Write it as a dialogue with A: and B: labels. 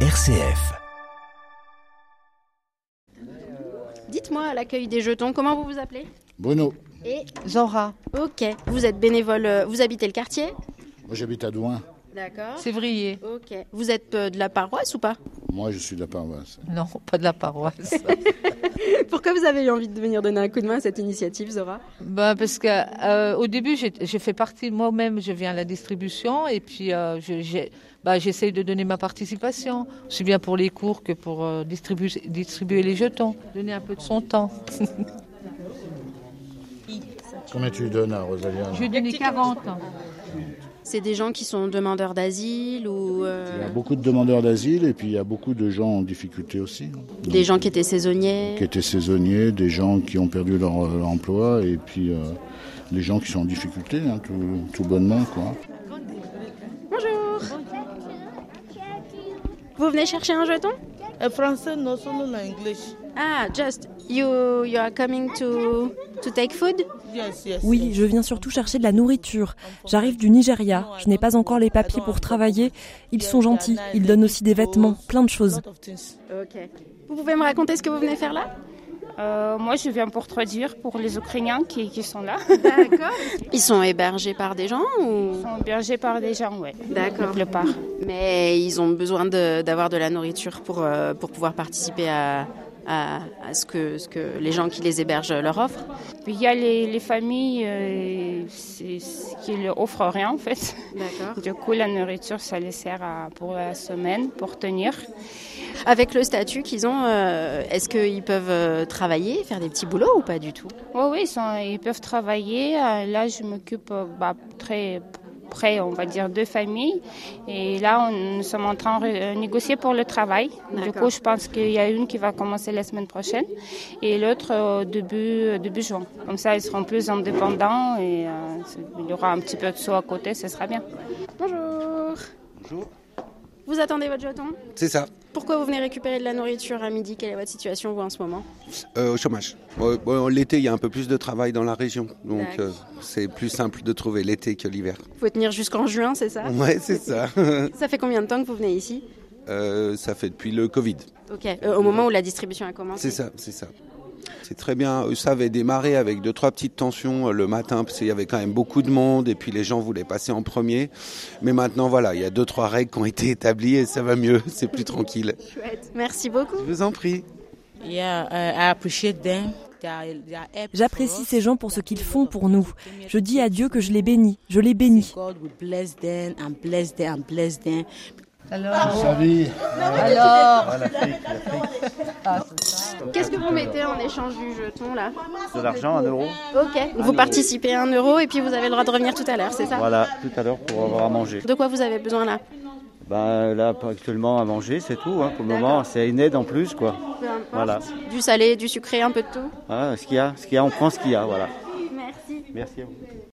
A: RCF.
B: Dites-moi à l'accueil des jetons, comment vous vous appelez
C: Bruno,
B: Et
D: Zora,
B: ok, vous êtes bénévole, euh, vous habitez le quartier
C: moi j'habite à Douin.
B: D'accord.
D: février.
B: Ok. Vous êtes euh, de la paroisse ou pas
C: Moi je suis de la paroisse.
D: Non, pas de la paroisse.
B: Pourquoi vous avez eu envie de venir donner un coup de main à cette initiative, Zora
D: ben, parce que euh, au début, j'ai j'ai fait partie moi-même, je viens à la distribution et puis euh, je- j'ai- ben, j'essaye de donner ma participation, aussi bien pour les cours que pour euh, distribuer, distribuer les jetons, donner un peu de son temps.
C: Combien tu lui donnes à Rosalia
D: Je vais donner 40.
B: C'est des gens qui sont demandeurs d'asile ou euh,
C: Il y a beaucoup de demandeurs d'asile et puis il y a beaucoup de gens en difficulté aussi. hein.
B: des gens qui étaient saisonniers
C: Qui étaient saisonniers, des gens qui ont perdu leur, euh, leur emploi et puis euh, des gens qui sont en difficulté, hein, tout, tout bonnement quoi.
B: Bonjour. Vous venez chercher un jeton
E: A français, no solo na English.
B: Ah, just you you are coming to to take food
E: Yes, yes.
F: Oui, je viens surtout chercher de la nourriture. J'arrive du Nigeria. Je n'ai pas encore les papiers pour travailler. Ils sont gentils. Ils donnent aussi des vêtements, plein de choses.
E: Lot of things.
B: Ok. Vous pouvez me raconter ce que vous venez faire là
G: Euh, moi, je viens pour traduire pour les Ukrainiens qui, qui sont là.
B: D'accord. Ils sont hébergés par des gens ou
G: Ils sont hébergés par des gens, ouais.
B: D'accord.
G: La plupart.
B: Mais ils ont besoin de- d'avoir de, la nourriture pour, euh, pour pouvoir participer à, à, à ce, que, ce que les gens qui les hébergent leur offrent.
G: Puis il y a les, les familles euh, c'est- c'est- qui leur offrent rien, en fait.
B: D'accord.
G: Du coup, la nourriture, ça les sert à- pour la semaine, pour tenir.
B: Avec le statut qu'ils ont, euh, est-ce qu'ils peuvent euh, travailler, faire des petits boulots ou pas du tout
G: Oui, oui, ils, sont- ils peuvent travailler. Euh, Là, je m'occupe euh, bah, très près, on va dire, de familles. Et là, on, nous sommes en train de euh, négocier pour le travail. Du
B: D'accord.
G: coup, je pense qu'il y a une qui va commencer la semaine prochaine et l'autre euh, début, début juin. Comme ça, ils seront plus indépendants et euh, c'est- il y aura un petit peu de saut à côté, ce sera bien.
B: Bonjour.
H: Bonjour.
B: Vous attendez votre jeton
H: C'est ça,
B: Pourquoi vous venez récupérer de la nourriture à midi Quelle est votre situation, vous, en ce moment
H: euh, au chômage. Euh, bon, l'été, il y a un peu plus de travail dans la région, donc
B: D'accord.
H: euh, c'est plus simple de trouver l'été que l'hiver.
B: Vous pouvez tenir jusqu'en juin, c'est ça
H: Ouais, c'est ça.
B: Ça fait combien de temps que vous venez ici
H: Euh, ça fait depuis le Covid.
B: Ok, euh, au moment où la distribution a commencé.
H: C'est ça, c'est ça. C'est très bien. Euh, Ça avait démarré avec deux, trois petites tensions euh, le matin, parce qu'il y avait quand même beaucoup de monde, et puis les gens voulaient passer en premier. Mais maintenant, voilà, il y a deux, trois règles qui ont été établies, et ça va mieux, c'est plus tranquille.
B: Chouette. Merci beaucoup.
H: Je vous en prie.
E: Yeah, uh, I appreciate them. They are- they are help for
F: J'apprécie
E: us.
F: ces gens pour ce qu'ils font pour nous. Je dis à Dieu que je les bénis. Je les bénis.
E: God will bless them and bless them and bless them.
C: Sa vie,
B: Qu'est-ce que vous mettez en échange du jeton là
I: de l'argent, un euro.
B: Ok. Vous participez à un euro et puis vous avez le droit de revenir tout à l'heure, c'est ça
I: Voilà, tout à l'heure pour avoir à manger.
B: De quoi vous avez besoin là
I: Ben là, pas actuellement à manger, c'est tout. hein, pour le moment, c'est une aide en plus, quoi.
B: Peu importe.
I: Voilà.
B: Du salé, du sucré, un peu de tout.
I: Hein, Voilà, ce qu'il y a, ce qu'il y a, on prend ce qu'il y a, voilà.
B: Merci.
I: Merci à vous.